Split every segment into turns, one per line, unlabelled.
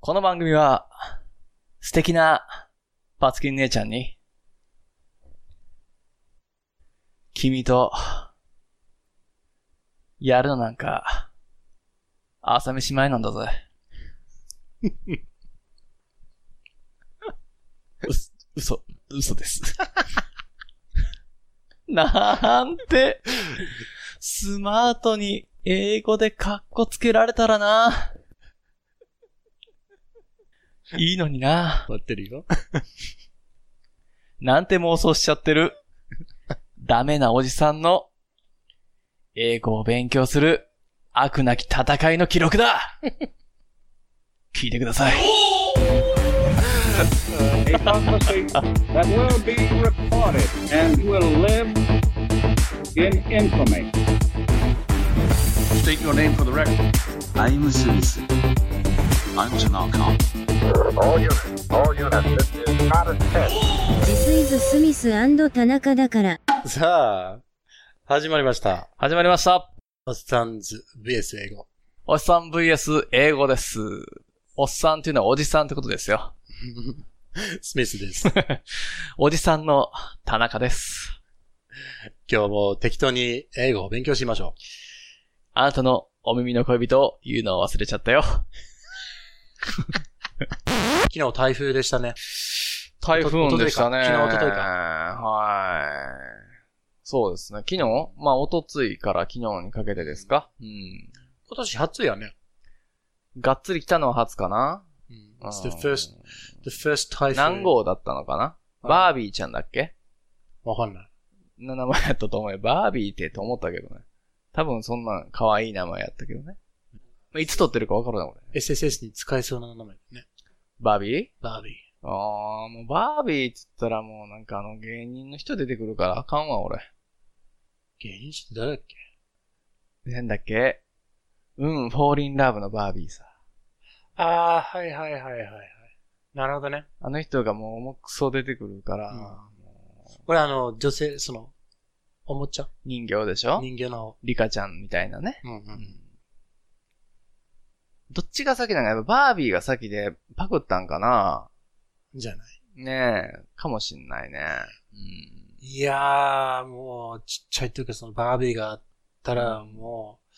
この番組は、素敵なパツキン姉ちゃんに、君と、やるのなんか、朝飯前なんだぜ。うす 嘘、嘘です。 なんて、スマートに英語でカッコつけられたらな。いいのにな。
待ってるよ。
なんて妄想しちゃってる。ダメなおじさんの、英語を勉強する、悪なき戦いの記録だ 聞いてください。
a prophecy that will be recorded and will live in infamy. State your name for the record.
I'm Smith. I'm Janaka.
All units, all units, this is not a test.
This is スミス田中だから。
さあ、始まりました。
始まりました。
おっさんず VS 英語。
おっさん VS 英語です。おっさんっていうのはおじさんってことですよ。
スミス です。
おじさんの田中です。
今日も適当に英語を勉強しましょ
あなたのお耳の恋人を言うのを忘れちゃったよ。
う。昨日台風でしたね。
台風でしたね。
おとといか昨日おとといか
はい。そうですね。昨日まあ、おとついから昨日にかけてですかうん。
今年初やね。
がっつり来たのは初かな
It's the first,
うん
the first typhoon.
何号だったのかな
うん
バービーちゃんだっけ
わかんない。
な名前やったと思うよ。バービーってと思ったけどね。多分そんな可愛い名前やったけどね。まあいつ撮ってるかわからないもんね。
SSS に使えそうな名前だね。
バービー
バービー。
ああ、もうバービーって言ったらもうなんかあの芸人の人出てくるからあかんわ、俺。
芸人って誰だっけ
なんだっけうん、フォーリンラブのバービーさ。
ああ、はいはいはいはいはい。なるほどね。
あの人がもう重くそ出てくるから、
うん
もう
これあの、女性、その、おもちゃ
人形でしょ
人形の。
リカちゃんみたいなね。
うんうん。
どっちが先なのやっぱバービーが先でパクったんかな
じゃない。
ねえ、かもしんないね。
いやー、もう、ちっちゃい時はそのバービーがあったら、もう、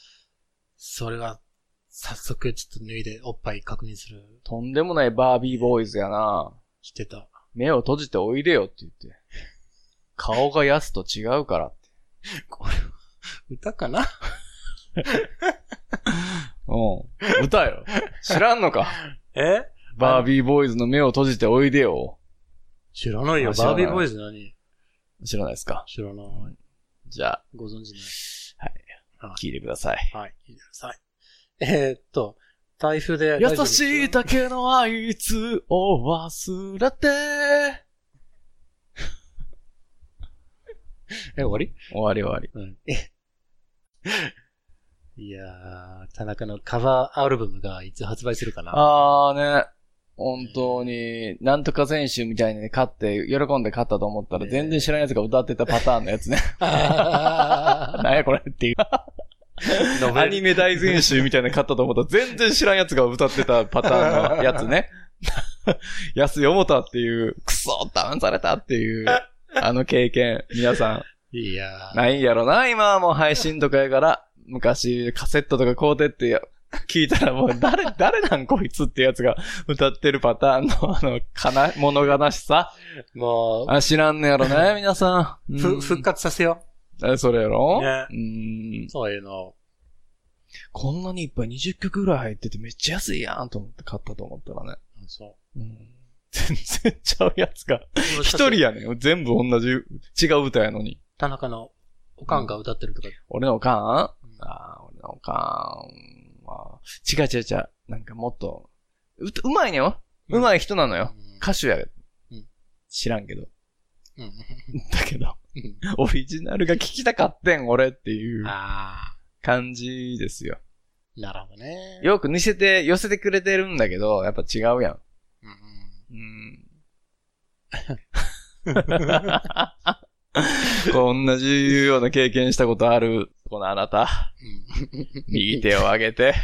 それは、早速ちょっと脱いでおっぱい確認する、
とんでもないバービーボーイズやな。
してた。
目を閉じておいでよって言って。顔が安と違うからって。
これは、歌かな
うん。歌よ。 知らん のか。
え
バービーボーイズの目を閉じておいでよ。
知らないよ。
あ知らな
バ
い
ービーボーイズ何
知らないですか。
知らない。
じゃあ、
ご存知
聞いてください。
ない。はい。いいですはい。えーっと、台風で。
優しいだけのあいつを忘れて。
え、終わり
終わり終わり。
うん。いやー、田中のカバーアルバムがいつ発売するかな
あーね。本当に、なんとか選手みたいにね、勝って、喜んで勝ったと思ったら、
ね
全然知らない奴が歌ってたパターンのや つね。
あ
なんやこれっていう。アニメ大全集みたいなの買ったと思ったら、全然知らんやつが歌ってたパターンのやつね。 安い思たっていう、クソ、ダウンされたっていう、あの経験、皆さ
いや
ん、ないんやろな、今はもう配信とかやから、昔カセットとか買うてって、聞いたらもう誰、 誰なんこいつってやつが歌ってるパターンの、あの、かな、物悲しさ。
ー、も
あ、知らんのやろね、皆さん。う
う、ふ
ん
復活させよ
えそれやろ、
ね
うん
う。。そういうのを。
こんなにいっぱい20曲ぐらい入っててめっちゃ安いやんと思って買ったと思ったらね。
そ
全然ちゃうやつが。
う。
一人やねん。全部同じ、違う歌やのに。
田中のおかんが歌ってるとか。
俺のおかんあ
うん
あー、俺のおかんは、違う違う違う。なんかもっと、う、うまいねよ。うまい人なのよ。
うん
歌手や。
うん
知らんけど。
うん
だけど、
うん
オリジナルが聞きたかってん、俺っていう
あ
感じですよ。
ー、なるほどね。
よく似せて、寄せてくれてるんだけど、やっぱ違うやん。
うんうん
うん。 こう同じような経験したことある、このあなた。
うん
右手を上げて、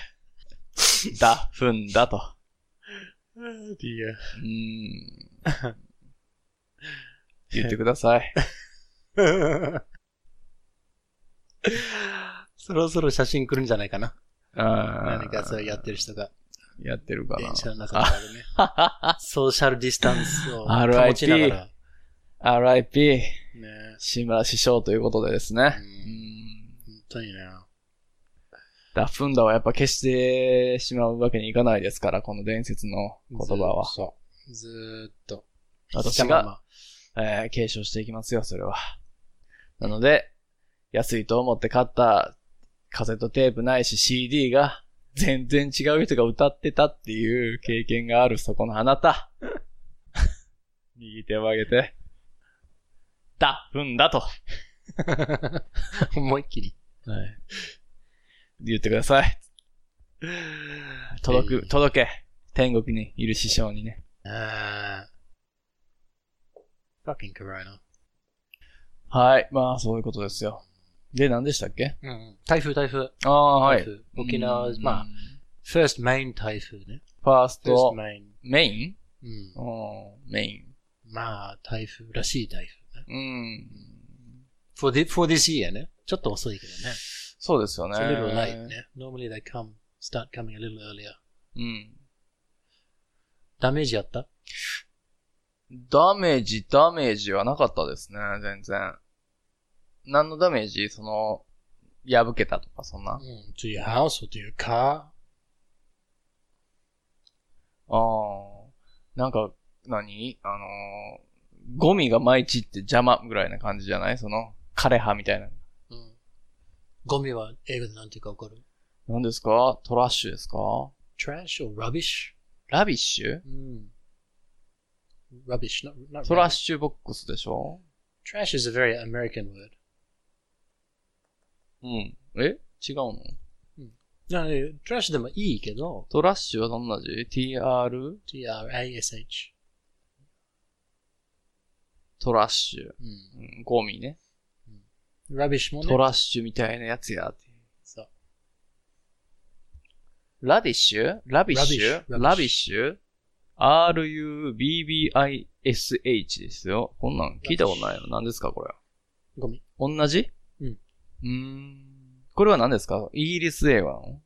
だ、踏んだと。
Oh, dear.
うーん。言ってくださ い。
そろそろ写真来るんじゃないかな。
あ
何かそうやってる人が、
る。やってるか
電車の中とかでね。ソーシャルディスタンスを
RIP
保ちながら。
な。RIP、
ね
志村師匠ということでですね。う
う
んん
本当にね。
ダフンダはやっぱ消してしまうわけにいかないですから、この伝説の言葉は。
そう。ずーっと。
私
生きたま
が、
ま
えー継承していきますよ、それは。なので、安いと思って買ったカセットテープないし CD が全然違う人が歌ってたっていう経験があるそこのあなた。 右手を上げて、ダフンだと、
思いっきり。
言ってください。届く、届け。天国にいる師匠にね。
あー fucking corona。
はい。まあ、そういうことですよ。で、何でしたっけ
うん。台風、台風。
ああ、はい
台。風沖縄
う、ん
まあ、、first main 台風ね。
ファース
first
ト、
main。
メイン
うん。
うん、メイン。
まあ、台風らしい台風ね。
うん。
for, the, for this year ね。ちょっと遅いけどね。
そうですよね。
It's a little late ね。normally they come, start coming a little earlier.
うん。
ダメージあった
ダメージ、ダメージはなかったですね、全然。何のダメージその、破けたとか、そんな。
うん。to your house or to your car?
ああ。なんか、何あのーゴミが舞い散って邪魔ぐらいな感じじゃないその、枯葉みたいな。
うん。ゴミは英語でなんていうかわかる
何ですかトラッシュですか
?trash or rubbish?
ラビッシュ
うん。rubbish, not, not
トラッ
rubbish.
シュボックスでしょ
trash is a very American word.
うん。え違うの
なので、trash でもいいけど、
トラッシュはどんな字 ?tr?
trash.
トラッシュ。
うん。
うん、ゴミね。
rubbish もね。
トラッシュみたいなやつや。
そう。
ラディッシュラビッシュ
Rubbish
ラビッシュ ?rubbish ですよ。こんなん聞いたことないの。何ですかこれ。
ゴミ。
同じ
うん
うーん。これは何ですかイギリス英語なの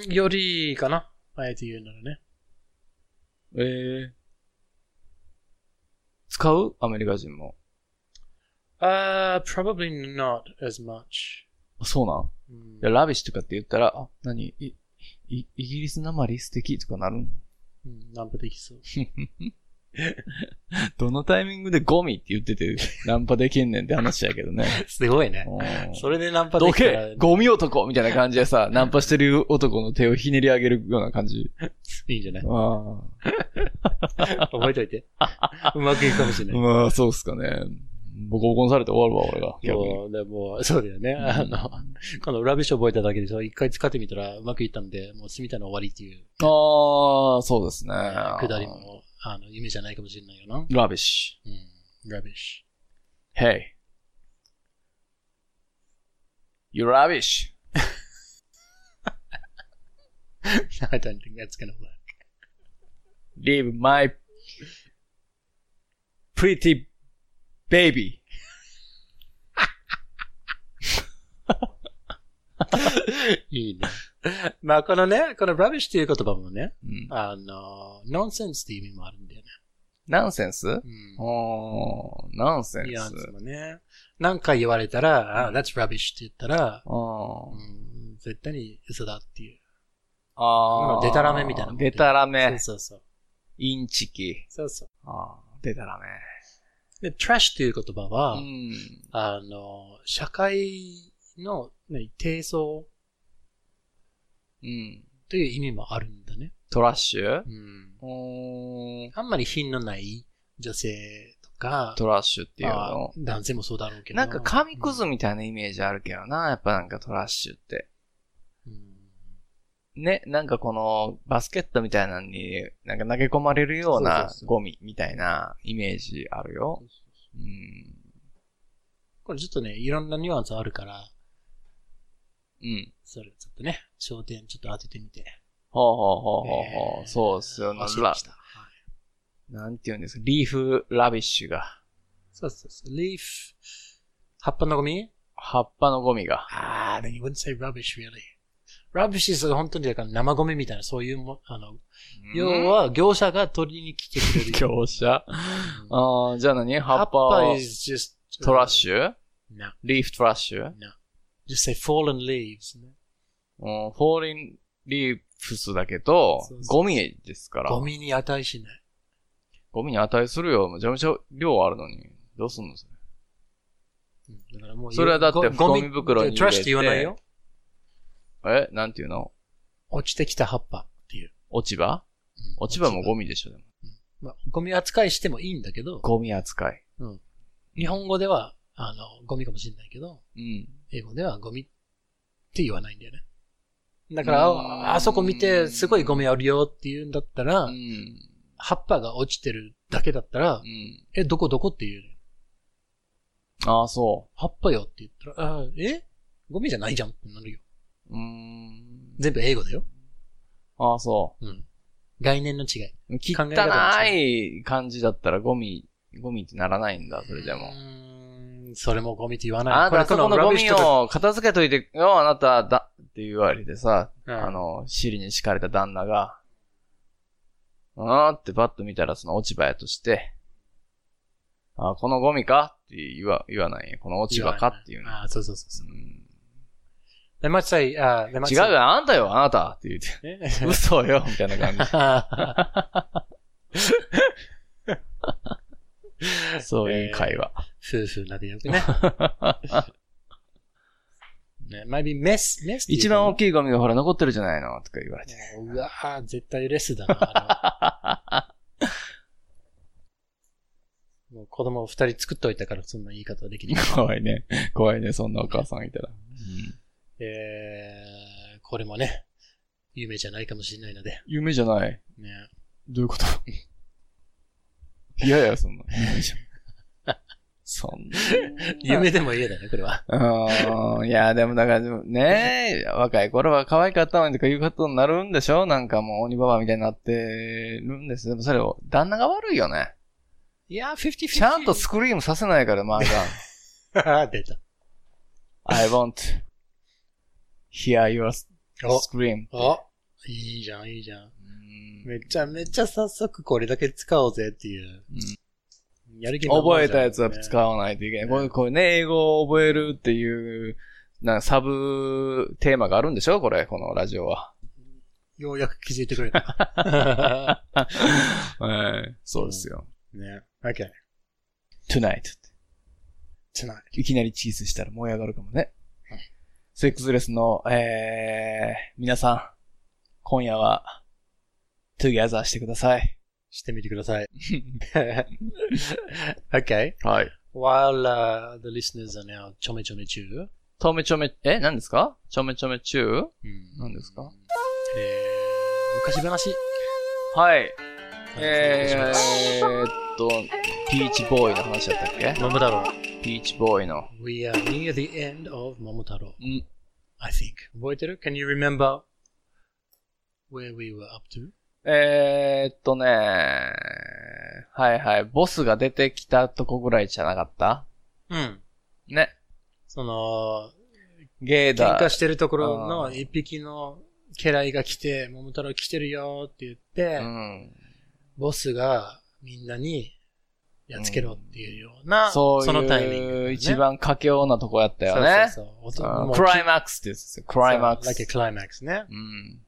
うん、よりかな。あえて言うならね。
ええ使うアメリカ人も。
あ、h probably not as much.
あそうなん
うん
いやラビッシュとかって言ったら、あ、何い、い、イギリスなまり素敵とかなるの
うん、ナンパできそう。
どのタイミングでゴミって言って て、ナンパできんねんって話やけどね。
すごいね。
うん
それでナンパで
ど
きたら
け、ゴミ男みたいな感じでさ、ナンパしてる男の手をひねり上げるような感じ。
いいんじゃない
ああ
覚えとい て。うまくいくかもしれない。
まあ、そうっすかね。ボコボコにされて終わるわ、俺が。
もう、でも、そうだよね。あ
うん
の、このラビッシュ覚えただけでしょ。一回使ってみたらうまくいったんで、もう住みたいの終わりっていう、
ああ、そうですね。
くだりも、あの、夢じゃないかもしれないよな。
ラビッシ
うん。ラビッシ
ュ。Hey. You rubbish.
ュ。I don't think that's gonna work.
Leave my pretty baby.
いいね。 まあ、このね、このラビッシュっていう言葉もね、
うん
あの、ノンセンスっていう意味もあるんだよね。
ナンセンス
うん。
おー、ナンセン
ニュアン
ス。
スもね。何回言われたら、あ、that's rubbish って言ったら、
あ
うん、絶対に嘘だっていう。
あー。
デタラメみたいなもん
デタラ
そ
メ
う。そうそう。
インチキ。
そうそう。
ああ、デタラメ。
で、trash っていう言葉は、
うん。
あの、社会の、ね、低層
うん。
という意味もあるんだね。
トラッシュ
うん。
うーん。
あんまり品のない女性とか、
トラッシュっていう
まあ
の。
男性もそうだろうけど。
なんか紙くずみたいなイメージあるけどな、やっぱなんかトラッシュって。
うん、
ね、なんかこのバスケットみたいなのに、なんか投げ込まれるよう
そう
な
そうそう
ゴミみたいなイメージあるよ。うん。
これちょっとね、いろんなニュアンスあるから、
うん。
それちょっとね、焦点ちょっと当ててみて。
はあはあはあはあは
え
あ。
ー
そうっすよ。な
わかりました。はい
なんて言うんですか。リーフラビッシュが。
そうそうそう。leaf. 葉っぱのゴミ
葉っぱのゴミが。
ああ、then you wouldn't say rubbish really. rubbish is 本当にだから生ゴミみたいな、そういうも、あの、要は業者が取りに来てくれる。
業者
うん
ああ、じゃあ何葉
葉
っ
っ
ぱ
ぱ
を
is just
トラッシュ
No,
リーフトラッシュ
no. Just say fallen leaves. ね
うん、フォーリンリーフスだけど
そう、そう
ゴミですから。
ゴミに値しない。
ゴミに値するよ。めちゃめちゃ量あるのに。どうすんのそれ。
うんだからもう
それはだって
ゴ
ゴミ袋に入れて
トラッシュって言わないよ。
えなんていうの
落ちてきた葉っぱっていう。
落ち葉
うん
落ち葉もゴミでしょ、でも。
まあ、ゴミ扱いしてもいいんだけど、
ゴミ扱い。
日本語では、あの、ゴミかもしれないけど、
うん。
英語ではゴミって言わないんだよね。だから、
うーん
ああそこ見て、すごいゴミあるよって言うんだったら、
うん。
葉っぱが落ちてるだけだったら
う、ん。
え、どこどこって言うの
ああ、そ
葉っぱよって言ったら、あーえゴミじゃないじゃんってなるよ。
う。うーん。
全部英語だよ。
ああ、そ
うん。概念の違い。
う。
方が
汚い感じだったらゴミ、ゴミってならないんだ、それでも
う。ーん。それもゴミって言わない。
あなた、あそこのゴミ。
ラビッシュとか
を片付けといてよ、あなた、だ、って言われてさ、
うん
あの、尻に敷かれた旦那が、あーってバッと見たらその落ち葉やとして、あーこのゴミかって言わ、言わないよこの落ち葉かっていうの。
ああ、そうそうそうそうう。
ん
They might say, uh, they might
違う
say-
よ、あなたよ、あなたって言 うて、
ね。
嘘よ、みたいな感じ。そういう会話。
夫婦仲良 くね。ね、maybe mess, mess っていう
一
かな
番大きいゴミがほら残ってるじゃないのとか言われて。
うわぁ、絶対レスだな。 あのもう子供を二人作っといたから、そんな言い方はできない。
怖いね。怖いね、そんなお母さんいたら。
えー、これもね、夢じゃないかもしれないので。
夢じゃない。
ね、
どういうこといやいや、 そんな。夢じゃないそんな。
夢でも家だね、これは。
うーん。いや、でもだからでもね、若い頃は可愛かったのにとかいうことになるんでしょなんかもう鬼ババアみたいになってるんです。でもそれを、旦那が悪いよね。
いやー、50-50。
ちゃんとスクリームさせないから、 周りが。
あー出た。
I want hear your
お
scream.
おいいじゃん、いいじゃん。
うん
めちゃめちゃ早速これだけ使おうぜっていう。やる気満々
覚え
じゃ
た
ん
やつは使わないといけない。こういう、こういうね、英語を覚えるっていう、なんかサブテーマがあるんでしょこれ、このラジオ は。
ようやく気づいてくれた。
はい。そうですよ。
ね。Okay.
tonight.
Tonight.
いきなりチーズしたら燃え上がるかもね。セックスレスの、えー、皆さん、今夜は、together してください。
してみてください。okay.
はい。
While、uh, the listeners are now ちょめちょめ中、う
ちょめちょめ、え、何ですかちょめちょめ中
ん
何ですか
えー、昔話。
はい。
お願
え
いし
ーっと、ピーチボーイの話だったっけ
ます桃太郎。
ピーチボーイの。
We are near the end of 桃太郎。
ん
I think. 覚えてる ?Can you remember where we were up to?
えー、っとねはいはい。ボスが出てきたとこぐらいじゃなかった
うん。
ね。
その、
ゲー
喧
ダ
嘩
ー。
してるところの一匹の家来が来て、桃太郎来てるよって言って、
うん。
ボスがみんなにやっつけろっていうような、
そういう、
のタイミング、
一番佳境なとこやったよね。
そうそうそう。
うん
音もう
クライマックスですよ。クライマック
そう Like a
ス。
climax ね。
うん。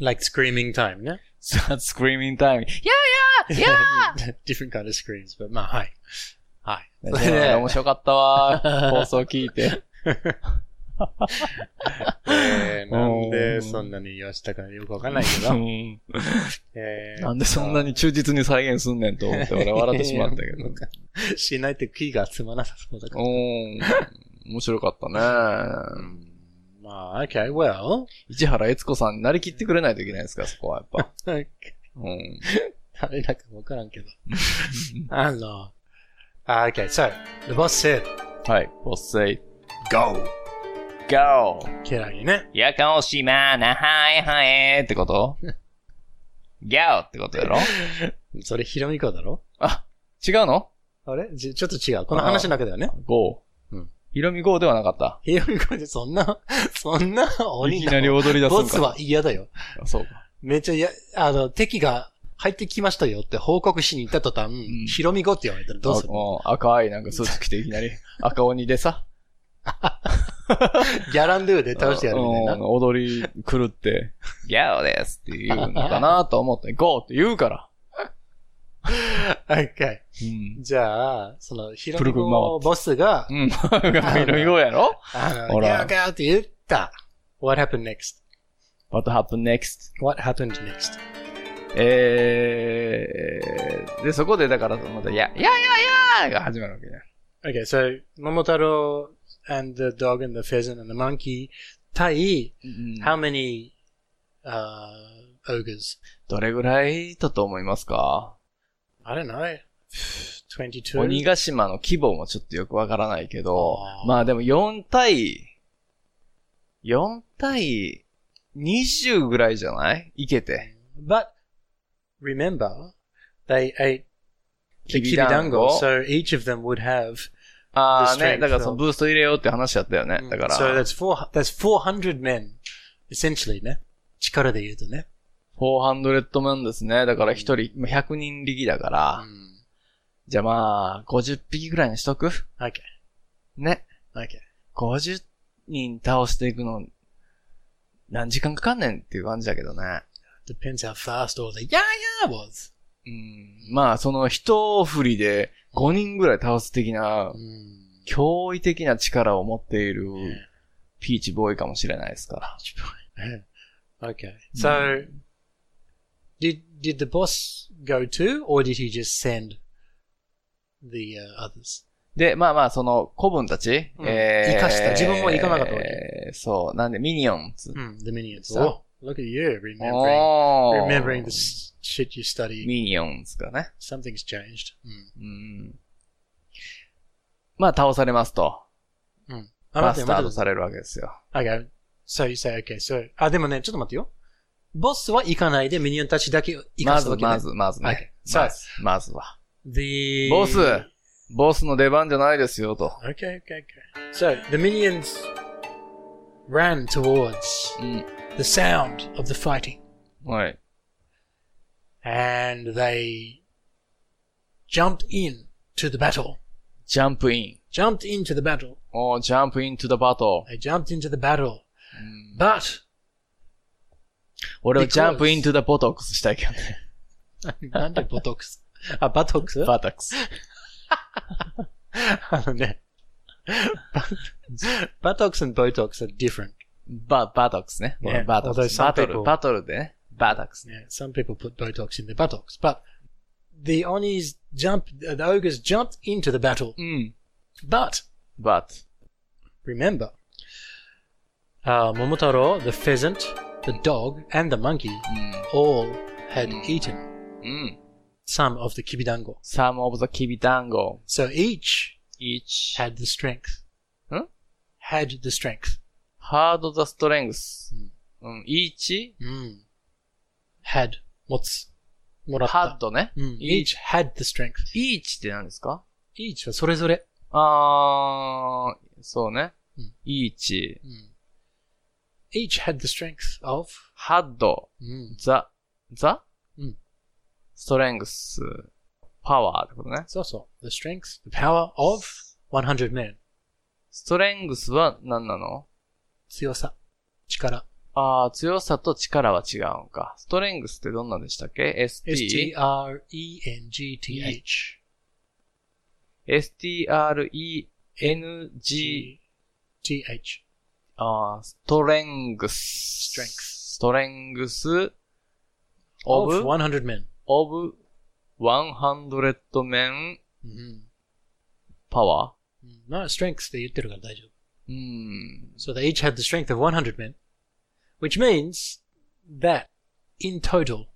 Like screaming time ね。
スクリーミングタイム。い
Different kind of screams, but まあ、はい。はい。
やでもね面白かった わ。放送聞いて。
えー、なん
う
で
ん
そんなに言わしたかよくわかんないけ
う
ど。
ん
えー
なんでそんなに忠実に再現すんねんと思って、俺笑ってしまったけど
なん。かしないと気がつまなさそうだか
お
ら。
ー面白かったね。
まあ、okay, well.
市原悦子さんになりきってくれないといけないですから、そこはやっ ぱ。うん。
誰だかわからんけど。あの、あ okay, so, the boss said,
はい。ボッセイ。
go!
go!
家来にね。
やかおしまなはいはいってこと ギャオってことやろ
それ、ひらみかわだろ
あ、違うの
あれじちょっと違う。この話の中ではね。
?GO。
うん
ヒロミ GO ではなかった。
ひらみかわでそんな、そんな鬼
いき
が
なり踊り出す
ボ
ん
ス
か。
は嫌だよ。
あそうか。
めっちゃや、あの、敵が入ってきましたよって報告しに行った途端、
ん
ヒロミゴって言われたらどうする
あもう赤いなんかスーツ着ていきな り赤鬼でさ。
ギャランドゥで倒してやるみたい
うん
な。
踊り狂って、ギャオですって言うんだ な と思って、GO って言うから。
はい、はい。
うん。
じゃあ、その、ヒロ
プ
ミ
ルク回
ゴボスが、
うん。ヒロミ GO やろ
あの、
ほ
ギ
ら
ャーギャーって言った。What happened
?What
next?What
happened next?
happened next?
えー、で、そこでだからまた、や、やややーが始まるわけじゃん。
Okay, so, 桃太郎 and the dog and the pheasant and the monkey 対、how
Hmm.
many, uh, ogres?
どれぐらいだと思いますか
I don't know. 22?
鬼ヶ島の規模もちょっとよくわからないけど
あ、ー
まあでも4対、4対20ぐらいじゃないいけて。
But remember, they ate the
きびだんご
kibidango, so each of them would have.
ああ
the
ね、
strength
だからそのブースト入れようって話だったよね。だから、
hmm, So that's four. That's four hundred men, essentially, ね。力で言うとね。
400万ですね。だから1人、まあ100人力だから、
Hmm.
じゃあまあ、50匹ぐらいにしとく
Okay,
ね。
okay.
50人倒していくの、何時間かかんねんっていう感じだけどね。
Depends how fast all the yeah yeah was.
うんまあ、その一振りで5人ぐらい倒す的な、
Hmm.
驚異的な力を持っているピーチボーイかもしれないですから。
okay. Mm. So, did did the boss go too, or did he just send the uh, others?
で、まあまあ、その、子分たち、
うん生かした自分も生かなかったわけ
えーそう、なんで、ミニオンズ。
Mm, the minions.
So-
Oh, look at you remembering.
おー
remembering the s- shit you study.
ミニオンズかね。
Something's changed. Mm.
うんまあ、倒されますと。まあ、スタートされるわけですよ。
Okay. So you say, okay, so, あ、でもね、ちょっと待ってよ。ボスは行かないで、ミニオンたちだけ行か
ますず、
わけ、ね、
まず、まずね。
Okay.
まずまずは。
The...
ボス、ボスの出番じゃないですよ、と。
Okay, okay, okay. So, the minions ran towards
うん。
the sound of the fighting.
はい。
And they jumped in to the battle.
ジャンプイン。
Jumped into the battle.
おー、ジャンプイントゥ the battle。
They jumped into the battle. But,
俺は
Because-
ジャンプイントゥ the botox したいけど ね。
なんでボトックスあ、バトックス
バタックス。
あの ね。バトックス and Botox are different.
バ、バタックスね。
Yeah.
バタックス。
Although
バ
some
ト
people-
ル、バトルでね。バタックス。
Yeah, some people put Botox in their buttocks, but the Onis jump, uh, the ogres jumped into the battle.
うん。
But
バッ
remember, uh, Momotaro, the pheasant, the dog, and the monkey all had eaten
うん。うん。
some of the kibidango.
some of the キビ団子
So each
each
had the strength.
Huh?
Had the strength.
hard the strength. うん。each
Mm. Had. What's. Moratta.
had ね。
Mm.
each
Each had the strength.
each って何ですか
Each はそれぞれ。
あー、そうね
うん。
each
Each had the strength of. hmm,
had the, the?
うん。
strength, power ってことね。
そうそう。The strength, the power of 100 men.
ストレングスは何なの
強さ。力。
ああ、強さと力は違うのか。ストレングスってどんなんでしたっけ ?st?
E S-T-R-E-N-G-T-H.
strength.
T-H.
ああ、ストレングス。ス
Strength
ストレングス。
Of
of,
100 men.
of 100 men
うん。
power.
まあ、strength Hmm. で言ってるから大丈夫。
うーん。
So they each had the strength of 100 men. Which means that in total.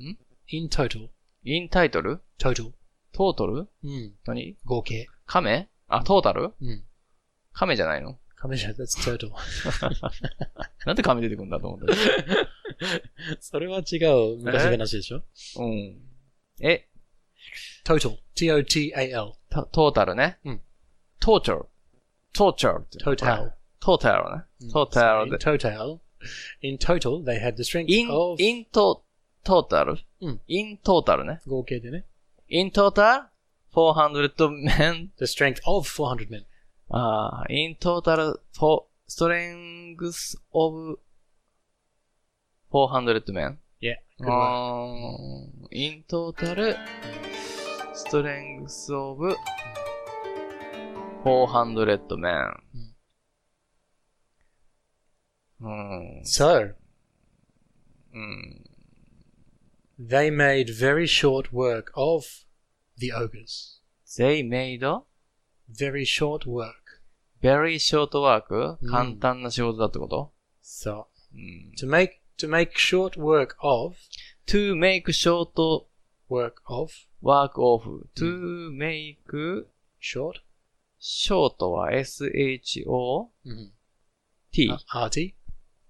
ん
In total.
インタイトル
Total. hmm,
トートル
うん。
何
合計。
亀あ、トータル
うん。
亀じゃないの
亀じゃない、that's turtle.
なんで亀出てくんだと思った。
それは違う昔話でしょ
うん。え、
?total, t-o-t-a-l,
たトータルね。
うん。
トーチャル。トーチャルって。
total.
トータルね。トータ
So
ル
Hmm. in
で。
total, in total, they had the strength
イン
of、
イント、トータル
うん。
イントータルね。
合計でね。
イントータル ?400 men.
the strength of 400 men.
ああ、イントータル for strength of 400 men.
Yeah. Good one.
あーイントータル strength of 400 men. うん。
So,
うん。
they made very short work of the ogres.
They made
Very short work.
very short work?
うん
簡単な仕事だってこと、
So,
うん、
to make, to make short work of,
?to make short
work of,
work of. to make
short,
ショートは SHOT?
mm RT.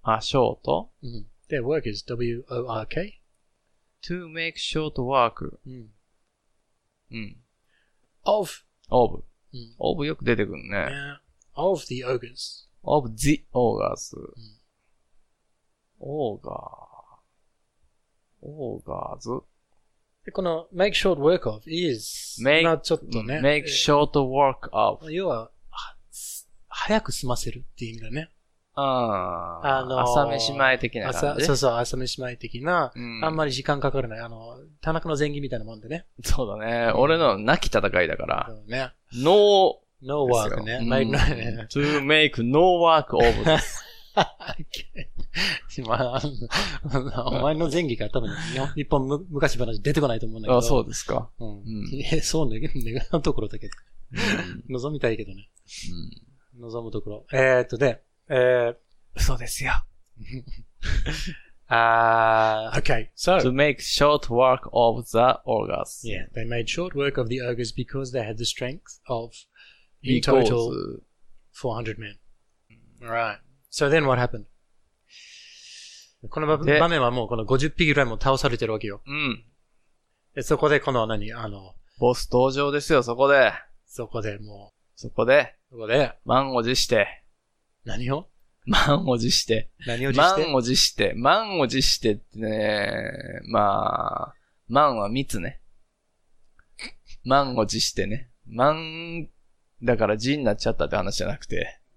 あ、ショート
Mhm. Their work is W-O-R-K.
?to make short work.
Mm.
うん。
Of,
of.
うん
of よく出てくるね。
yeah, of the ogres.
of the ogres. オーガー。オーガーズ
でこの make short work of is,
make,
まあちょっとね、
make short work of.
えー要は、はす ah, 早く済ませるっていう意味だね。
あ
あのー
朝飯前的な
朝
感、じ
そうそう、朝飯前的な、
うん
あんまり時間かからない、あの、田中の前儀みたいなもんでね。
そうだね。俺のなき戦いだから。
そうね。
no
no
です
work
よ
ね。
うん
make no-
to make no work of です。
今あのお前の前儀が多分、日本 む昔話出てこないと思うんだけど。
あ、そうですか。
う
うん
ん。 え、そうね、願うところだけど。
うん
望みたいけどね。望むところ。えー、っとで、えー、嘘ですよ。 あー、okay, so.
to make short work of the organs.
Yeah, they made short work of the ogres because they had the strength of, in
Because-
total, 400 men. Right. So then what happened? この場
で
場面はもうこの50匹ぐらいも倒されてるわけよ。
うん。
でそこでこの何あの、
ボス登場ですよ、そこで。
そこでも
そこで、
う、そこで、
満を持して、
何を
満を持して、
何を実して
満を持して、満を持してってね、まあ、満は密ね。満を持してね。満、だから字になっちゃったって話じゃなくて。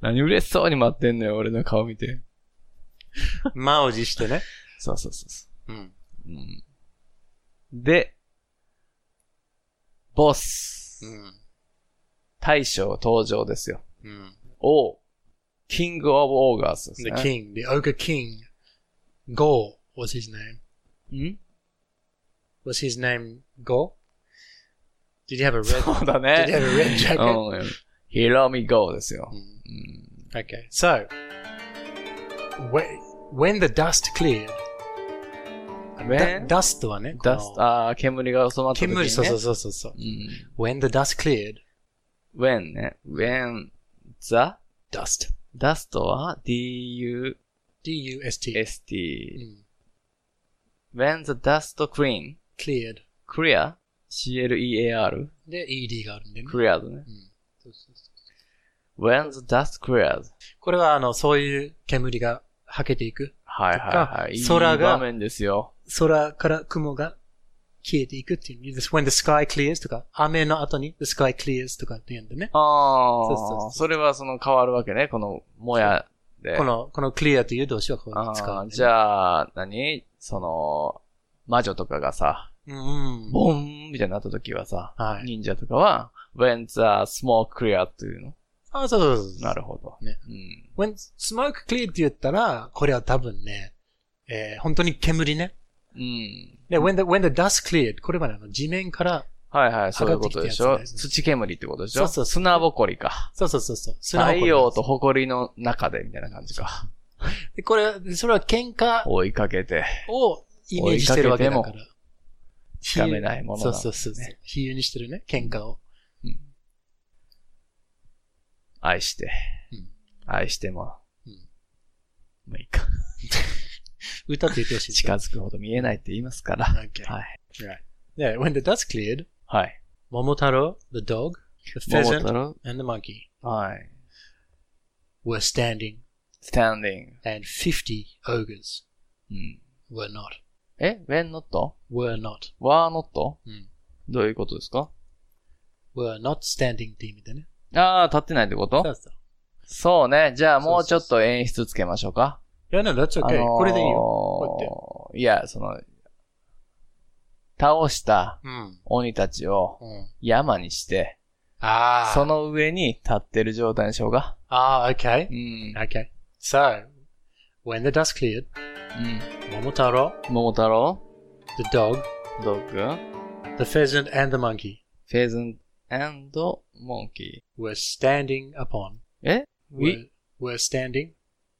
何嬉しそうに待ってんのよ、俺の顔見て。
満を持してね。
そうそうそうそう。
うん。
うんで、ボス、
うん。
大将登場ですよ。
うん。
王、キングオブオーガースです
The
ね。
king, the ogre king, Go was his name.
ん
Was his name Go? Did he have a red,
そうだ
did he have
ね。
a red
う
jacket?
ん。ヒロミゴーですよ。う
Mm.
ん、
Okay, so whe- when the dust cleared,
When-
da- dust はね、
ダス
この
あー煙が染まった時に、ね。
煙、そうそうそうそうそう。
うん。
When the dust cleared,
when ね。when the
dust,
dust は d-u-s-t。
D-U-S-T,
when the dust clean,
cleared
clear, c-l-e-a-r,
で ED があるんでね。
cleared ね。
うんそうそうそう
when the dust clears.
これはあの、そういう煙が吐けていく。
はいはいはい。
とか
い
空が
い場面ですよ。
空から雲が消えていくっていう。This- When the sky clears とか、雨の後に the sky clears とかって言うんでね。
ああ。
そうそうそう
それはその変わるわけね。この、もやで。
この、この clear という動詞はこう
あ
使う
ー
んでね。
じゃあ、何その、魔女とかがさ、
うん。
ボンみたいになった時はさ、
はい
忍者とかは、when the smoke clear っていうの。
あ、そうそうそうそう。
なるほど。
ね
うん。
When smoke cleared って言ったら、これは多分ね、えー本当に煙ね。
うん。
で、when the, when the dust cleared これはね、あの地面から、
はいはい、そういうことでし
上
ょ。
がってきたやつですね
土煙ってことでしょ
そうそうそう
砂ぼこりか。
そうそうそうそう、砂ぼ
太
こり
陽と埃の中でみたいな感じか。
で、これ、でそれは喧嘩
追いかけて、
をイメージしてるわけだ
追
か。
いからつかめないものな
そうん
だ
そうそうそう。比喩にしてるね、喧嘩を。
うん愛して
うん。
愛しても
うん、
もういいか。
歌って言ってほしいです
近
よ。
づくほど見えないって言いますから。
Okay.
はい。
Yeah, when the dust cleared,
はい。
Momotaro, the dog, the
桃
pheasant,
太郎
and the monkey
はい。
were standing,
standing.
and 50 ogres
うん。
were not.
え ?when not?
Were not.
were not?
うん
どういうことですか
were not standing って意味でね。
ああ、立ってないってこ
そう
と
そう
そうね。じゃあ
そうそう
もうちょっと演出つけましょうか。
いや、no, that's
あ
okay.
のー
これでいいよ。こ
いや、その、倒した
うん。
鬼たちを
うん。
山にして、
ああ。
その上に立ってる状態にしようか。
ああ、okay.
うん。
Okay. So, when the dust cleared,
うん。
Momotaro,
桃太郎
the dog,
ドッグ
the pheasant, and the monkey
フェーズン and モンキ
were standing upon.
ー。え ?we?
Were, were standing.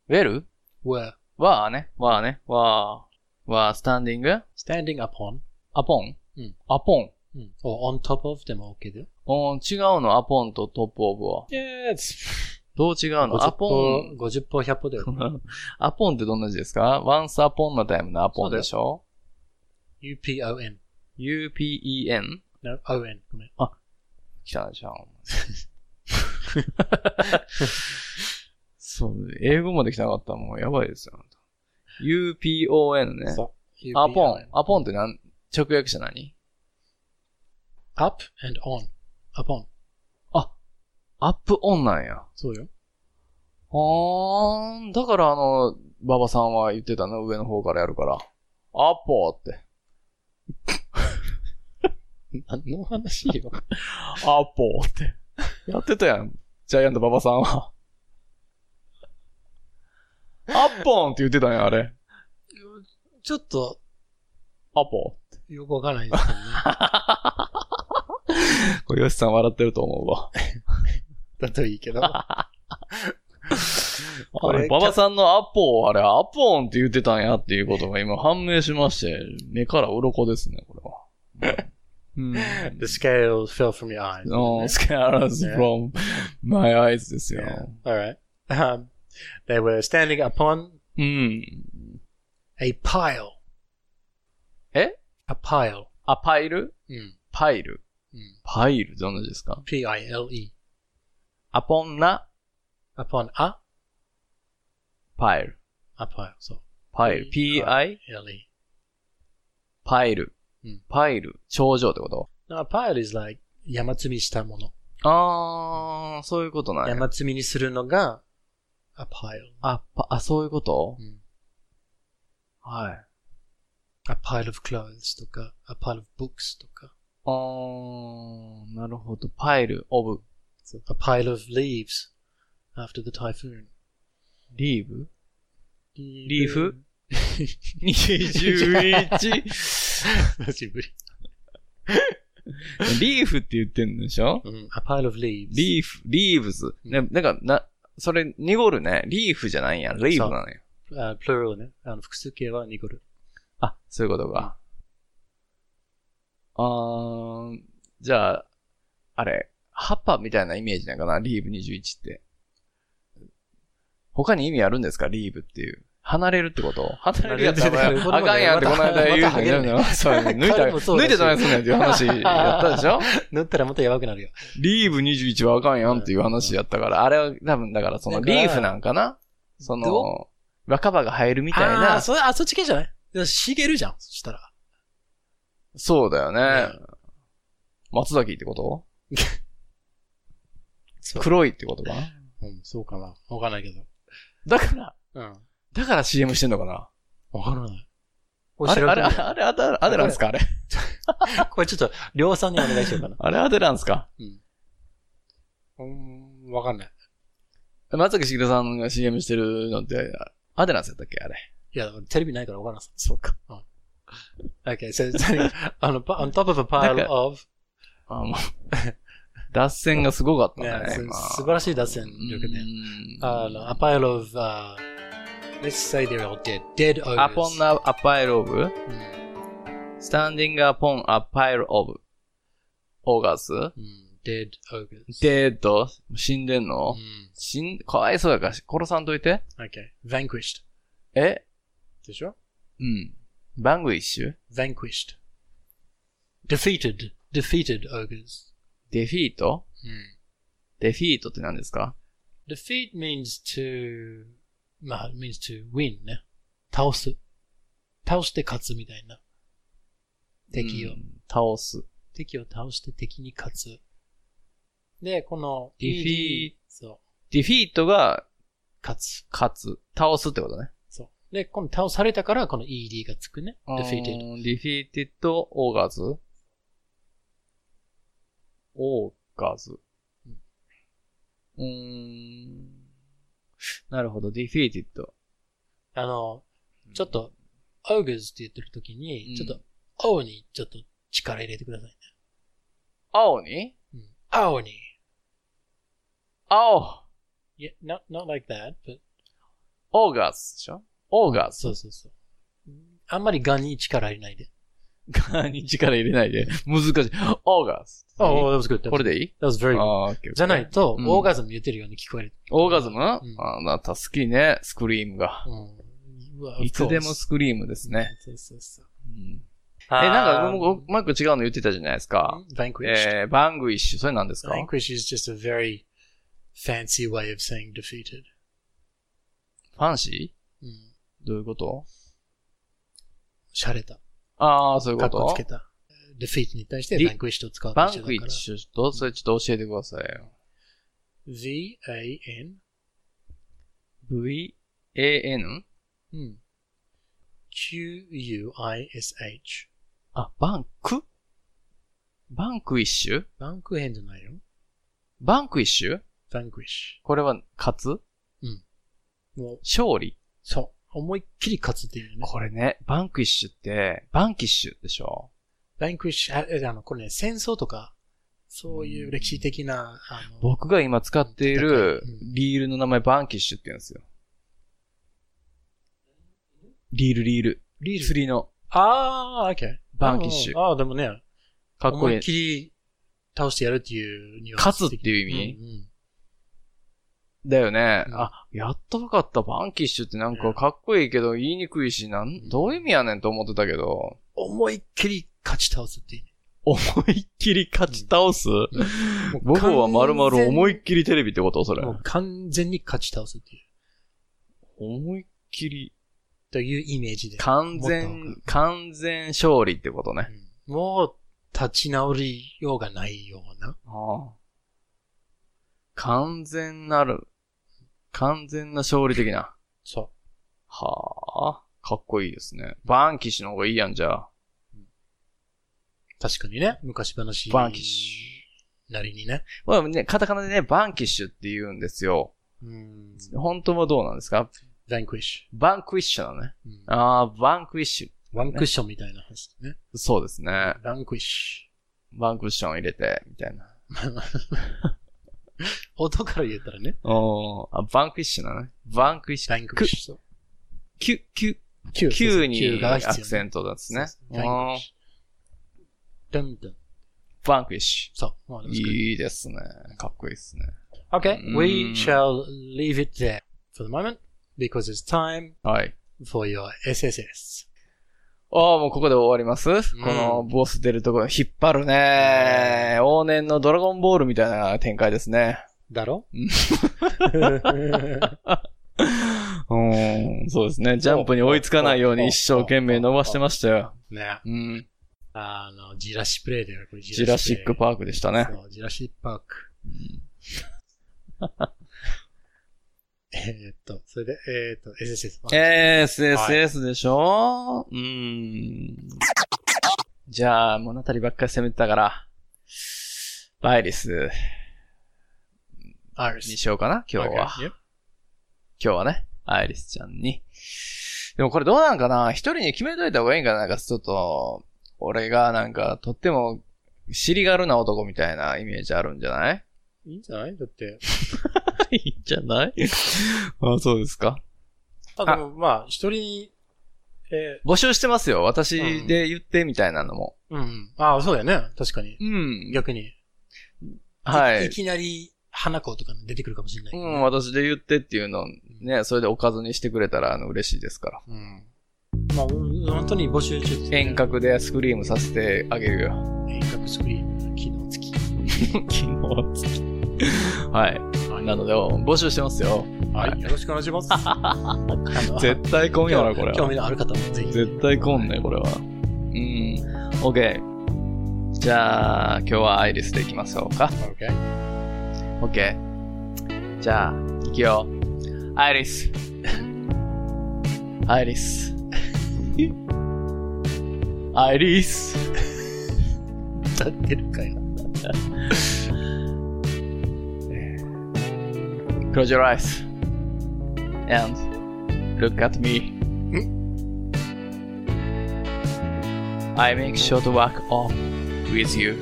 ウェル
Were
わーね。わーね。わー。わー、スタンディング
standing upon.
アポン
うん。
アポン。
うん。or on top of でも OK だよ。
うん、違うの、アポンとトップオブは。
Yes.
どう違うのアポン。
歩、50歩、100歩だよ。
アポンってどんな字ですか ?once upon a time のアポンでしょ
U-P-O-N.
?UPEN?
No, O-N. ごめん。
汚 いじゃん。そう、英語まで来なかったらもうやばいですよ。あなた UPON ね。
U-P-O-N
アポン。。アポンってなん直訳者何
up and on. upon.
アップオンなんや。
そうよ。
あーん、だからあの、馬場さんは言ってたの、上の方からやるから。アポーって。何の話よ。アポーって。 やってたやん。ジャイアント馬場さんは。アッポンって言ってたんや、あれ。
ちょっと、
アポ
よくわからないですけどね。
ー。これ、ヨシさん笑ってると思うわ。
だといいけど。
あれ、馬場さんのアポー、あれ、アポンって言ってたんやっていうことが今判明しまして、目から鱗ですね、これは。 うん。
The scales fell from your eyes.
No, scarves
Yeah.
from my eyes ですよ。
Yeah. Alright. Um, they were standing upon
うん。
a pile.
え
A pile. Hmm.
あ、パイル
うん。
パイル。
うん
パイル、どんな字ですか
P-I-L-E.
アポンナ、
E, upon a,
パイル。
a pile. そう。
パイル。P-I?
L-E.
パイル
うん。
パイル。頂上ってこ
No, a pile is like 山積みしたもの。
とあー、そういうことなんや。
山積みにするのが a pile.
あ、パあ、そういうこと
うん
はい。
A pile of clothes とか、a pile of books とか、
あー、なるほど。パイル、オブ、
a pile of leaves after the typhoon.
リー ブ
リ
ーフ ?21!
久しぶり。
リーフって言ってんでしょ
うん。A pile of leaves.
リーフ、リーブズ。ね、なんか、な、それ、濁るね。リーフじゃないんや。リーフなのよ。
あ、プルね。あの、複数形はニコル。
あ、そういうことか。あー、じゃあ、あれ、葉っぱみたいなイメージなんかなリーブ21って。他に意味あるんですかリーブっていう。離れるってこと離れるやつだ
離れる
あかんやんってこの間言う
また
のよ。そう抜いた、
彼もそうだ
抜い
して
どないすんねんっていう話やったでしょ
塗ったらまたやばくなるよ。
リーブ21はあかんやんっていう話やったから、あれは多分だからその
だから
リーフなんかなその
ど、
若葉が生えるみたい
あー
な。
それ、あ、そっち系じゃないいやしげるじゃん。そしたら。
そうだよね。松崎ってこと
そう
黒いってことかな
うん、Hmm, そうかな。わかんないけど。
だから、
うん。
だから CM してんのかな
わからない。こ
あ
れ
れ、
調べ
あれ、
てみよ
あれ、あれ、あれなんすかあれ。
う これちょっと、量産にお願いしようかな。
あれ、あれなんすか
うん、わかんない。
松崎しげるさんが CM してるのって、アデランスやったっけあれ。
いや、テレビないからわからんさ。
そうか。
Okay, so, so on, a, on top of a
なん
pile
か
of,
あ もう脱線がすごかった
ね
ね。、今
す素晴らしい脱線力ね。
うん
あの、a pile of, uh, let's say they're all dead. Dead ogres. Hmm.
アポンナ、アパイルオブ
うん
スタンディングアポン、アパイルオブ。オーガス
うん。Hmm. dead ogres.
デート死んでんの、
Mm.
死ん、かわいそうやから殺さんといて。
Okay. Vanquished.
え
For sure.
うん。バングイッシュ
Vanquished. Defeated. Defeated ogres.
デフィート
Mm.
デフィートって何ですか
Defeat means to, まあ、means to win ね。倒す。倒して勝つみたいな。敵を。
うん倒す。
敵を倒して敵に勝つ。で、この、
Defeat
そう、
デフィートが
勝つ。
勝つ。倒すってことね。
そう。で、この倒されたから、この ED がつくね。defeated.
うん。ディフィーテッド、オーガズオーガズ。うーん。なるほど、ディフィーテッド。
あの、ちょっと、ogres って言ってる時
う
に、
ん
ちょっと、青にちょっと力入れてくださいね。
青に
うん、青に。
青
Yeah, not, not like that, but,
オーガズでしょオーガ ズ。
そうそうそう。あんまりガに力入れないで。
ガーに力入れないで。難しい。オーガズ。
Oh, that was good. That
こ
was,
れでいい
that was
あ
very good.
あー、オッケーオッケー
じゃない。と、
うん
オーガズム言ってるように聞こえる。
オーガズム、あ
ん
なた好きね、スクリームが。
うん。うわ
いつでも
of
スクリームです
course
ね。
そうそうそう。
うん
え、
え、なんか、もうもう一個違うの言ってたじゃないですか。
Vanquished.
えー、バングイッシュ、それ何ですか
Vanquish is just a very fancy way of saying defeated.
ファンシ
うん。
ーどういうこと
洒落た。
ああ、そういう
か
こ
っこつけ
と
た。defeat に対して
リ
vanquished を使う
バ
と
ン
一緒だ
グイ
か
ッ
ら。
シュ、どうそれちょっと教えてくださいよ。
v-a-n
V-A-N?
うん。q-u-i-s-h
あ、バンクバンクイッシュ
バンクヘンじゃないよ。
バンクイッシュ
vanquish。
これは、勝つ
もう、
勝利
そう。思いっきり勝つっていうね。
これね、バンクイッシュって、バンキッシュでしょ
vanquish、あえあの、これね、戦争とか、そういう歴史的な、あの、
僕が今使っている
う
リールの名前バンキッシュって言うんですよ。リールリール。
リール。
釣りの
ああ、OK。
バンキッシュ。
ああ、でもね、
かっこい
思い
い
っ。きり倒してやるっていうニュアンス
勝つっていう意味
的にうんうん
だよね。
うん
あ、やっとわかった。バンキッシュってなんかかっこいいけど言いにくいし、なん、どういう意味やねんと思ってたけど、
思いっきり勝ち倒すっていう意
思いっきり勝ち倒す
味。
僕はまるまる思い
っ
っきりテレビってことそれ
も。う完全に勝ち倒すっていう。
思いっきり。
というイメージで。
完
もっ
全
と、
完全勝利ってことね
う。んもう立ち直りようがないような。
ああ。完全なる、完全な勝利的な。
そ
はあ、かっこいいですね。バンキッシュの方がいいやん、じゃあ。
う。確かにね。昔話。
バンキッシ
なりにね。
ュ。まあね、カタカナでね、バンキッシュって言うんですよ。
うん。
本当はどうなんですか
vanquish。
バンクイッシュなのね。
うん
ああ、バンクイッシ
ワンクッションみたいな話ね。
ュ。そうですね。
vanquish。
バンクッション入れて、みたいな。
音から言ったらね。
おーあ、バンクイッシュなのね。バンクイッシュ。く
vanquish。そう
キュ、キュ、
Q
キュにア
必要ね
クセントですね
そう。
お
そ
ー
う Vanquish ドンドン。
バンクイッシ
そう。もう
ュ。
だか
い
ら
いですね。かっこいいですね。
Okay, we
Mm.
shall leave it there for the moment because it's time
はい。
for your SSS.
ああ、もうここで終わります、このボス出るところ、引っ張るね。往年のドラゴンボールみたいな展開ですね。
だろ
うん、そうですね。ジャンプに追いつかないように一生懸命伸ばしてましたよ。
ね。
うん。
あの、ジラシプレイだよ、これ
ジュラシック
ー
パークでしたね。
そう、ジュラシックパーク。えーっと、それで、えーっと、SSS。
SSS でしょ、うん。じゃあ、物語ばっかり攻めてたから、バイリス
Iris.
にしようかな、今日は。
Okay, yep.
今日はね、アイリスちゃんに。でもこれどうなんかな一人に決めといた方がいいんかななんかちょっと、俺がなんかとっても尻軽な男みたいなイメージあるんじゃない
いいんじゃないだって。
いいんじゃない あ、そうですか。
あ、でも、まあ、一人、え
募集してますよ。私で言ってみたいなのも。
ー、うん。ああ、そうだよね。確かに。
うん。
逆に。
はい
いきなり、花子とか出てくるかもしれないけ
う
ど
ん、私で言ってっていうのをね、それでおかずにしてくれたら、あの、嬉しいですから。
うん。まあ、本当に募集中です、
遠隔でスクリームさせてあげる よ。
遠隔スクリーン、機能付き。
昨日付き。はい。なので、募集してますよ。
はい。よろしくお願いし ます。
絶対来んやろ、これ
興
は。
味のある方もぜひ。
絶対来んね、これは。うん。OK。じゃあ、今日はアイリスでいきましょうか。
OK。
OK。じゃあ、行くよ。アイリス。アイリス。アイリス。
歌ってるかよ。
Close your eyes and look at me. I make short work of with you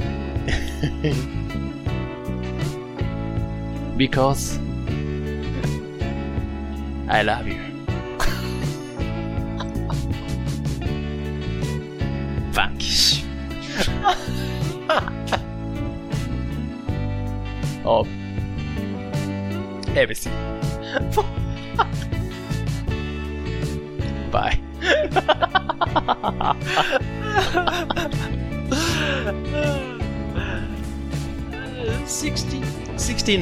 because I love you. Vanquish of everything. Bye.
69。
67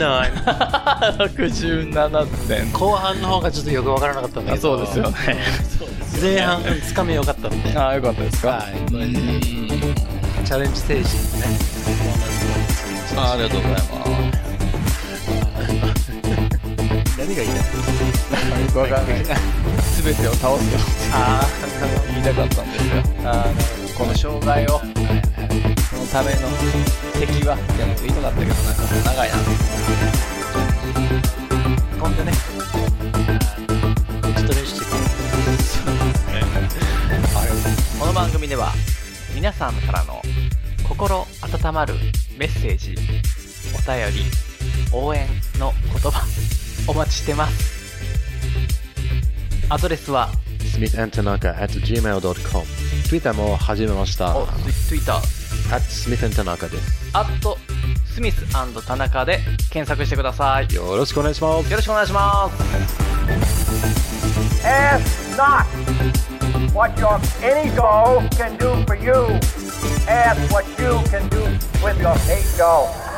点。
後半の方がちょっとよくわからなかったんだ
あ
けど。
そうですよ。 ね。
前半、つかめよかったんで。
ああ、よかったですか。
はいこれでチャレンジ精神ね。
あありがとうございま
何がいいんだ
す。よくわかんない。すべてを倒すよ。
あ
言いたかったんですよ。あのこの障害を、そのための敵は、じゃなくて言いたかったけど、なんかもう長いな。
あ、飛んでね。ちょっと練習してくる。
この番組では皆さんからの心温まるメッセージお便り応援の言葉お待ちしてますアドレスは
smithandtanaka at gmail.com。Twitter も始めました。
お
at
Twitter
smithandtanaka です。
アットスミス田中で検索してくださいよ
よろしくお願いします。
ろしくお願いします
Ask not what your any doll can do for you. Ask what you can do with your eight doll.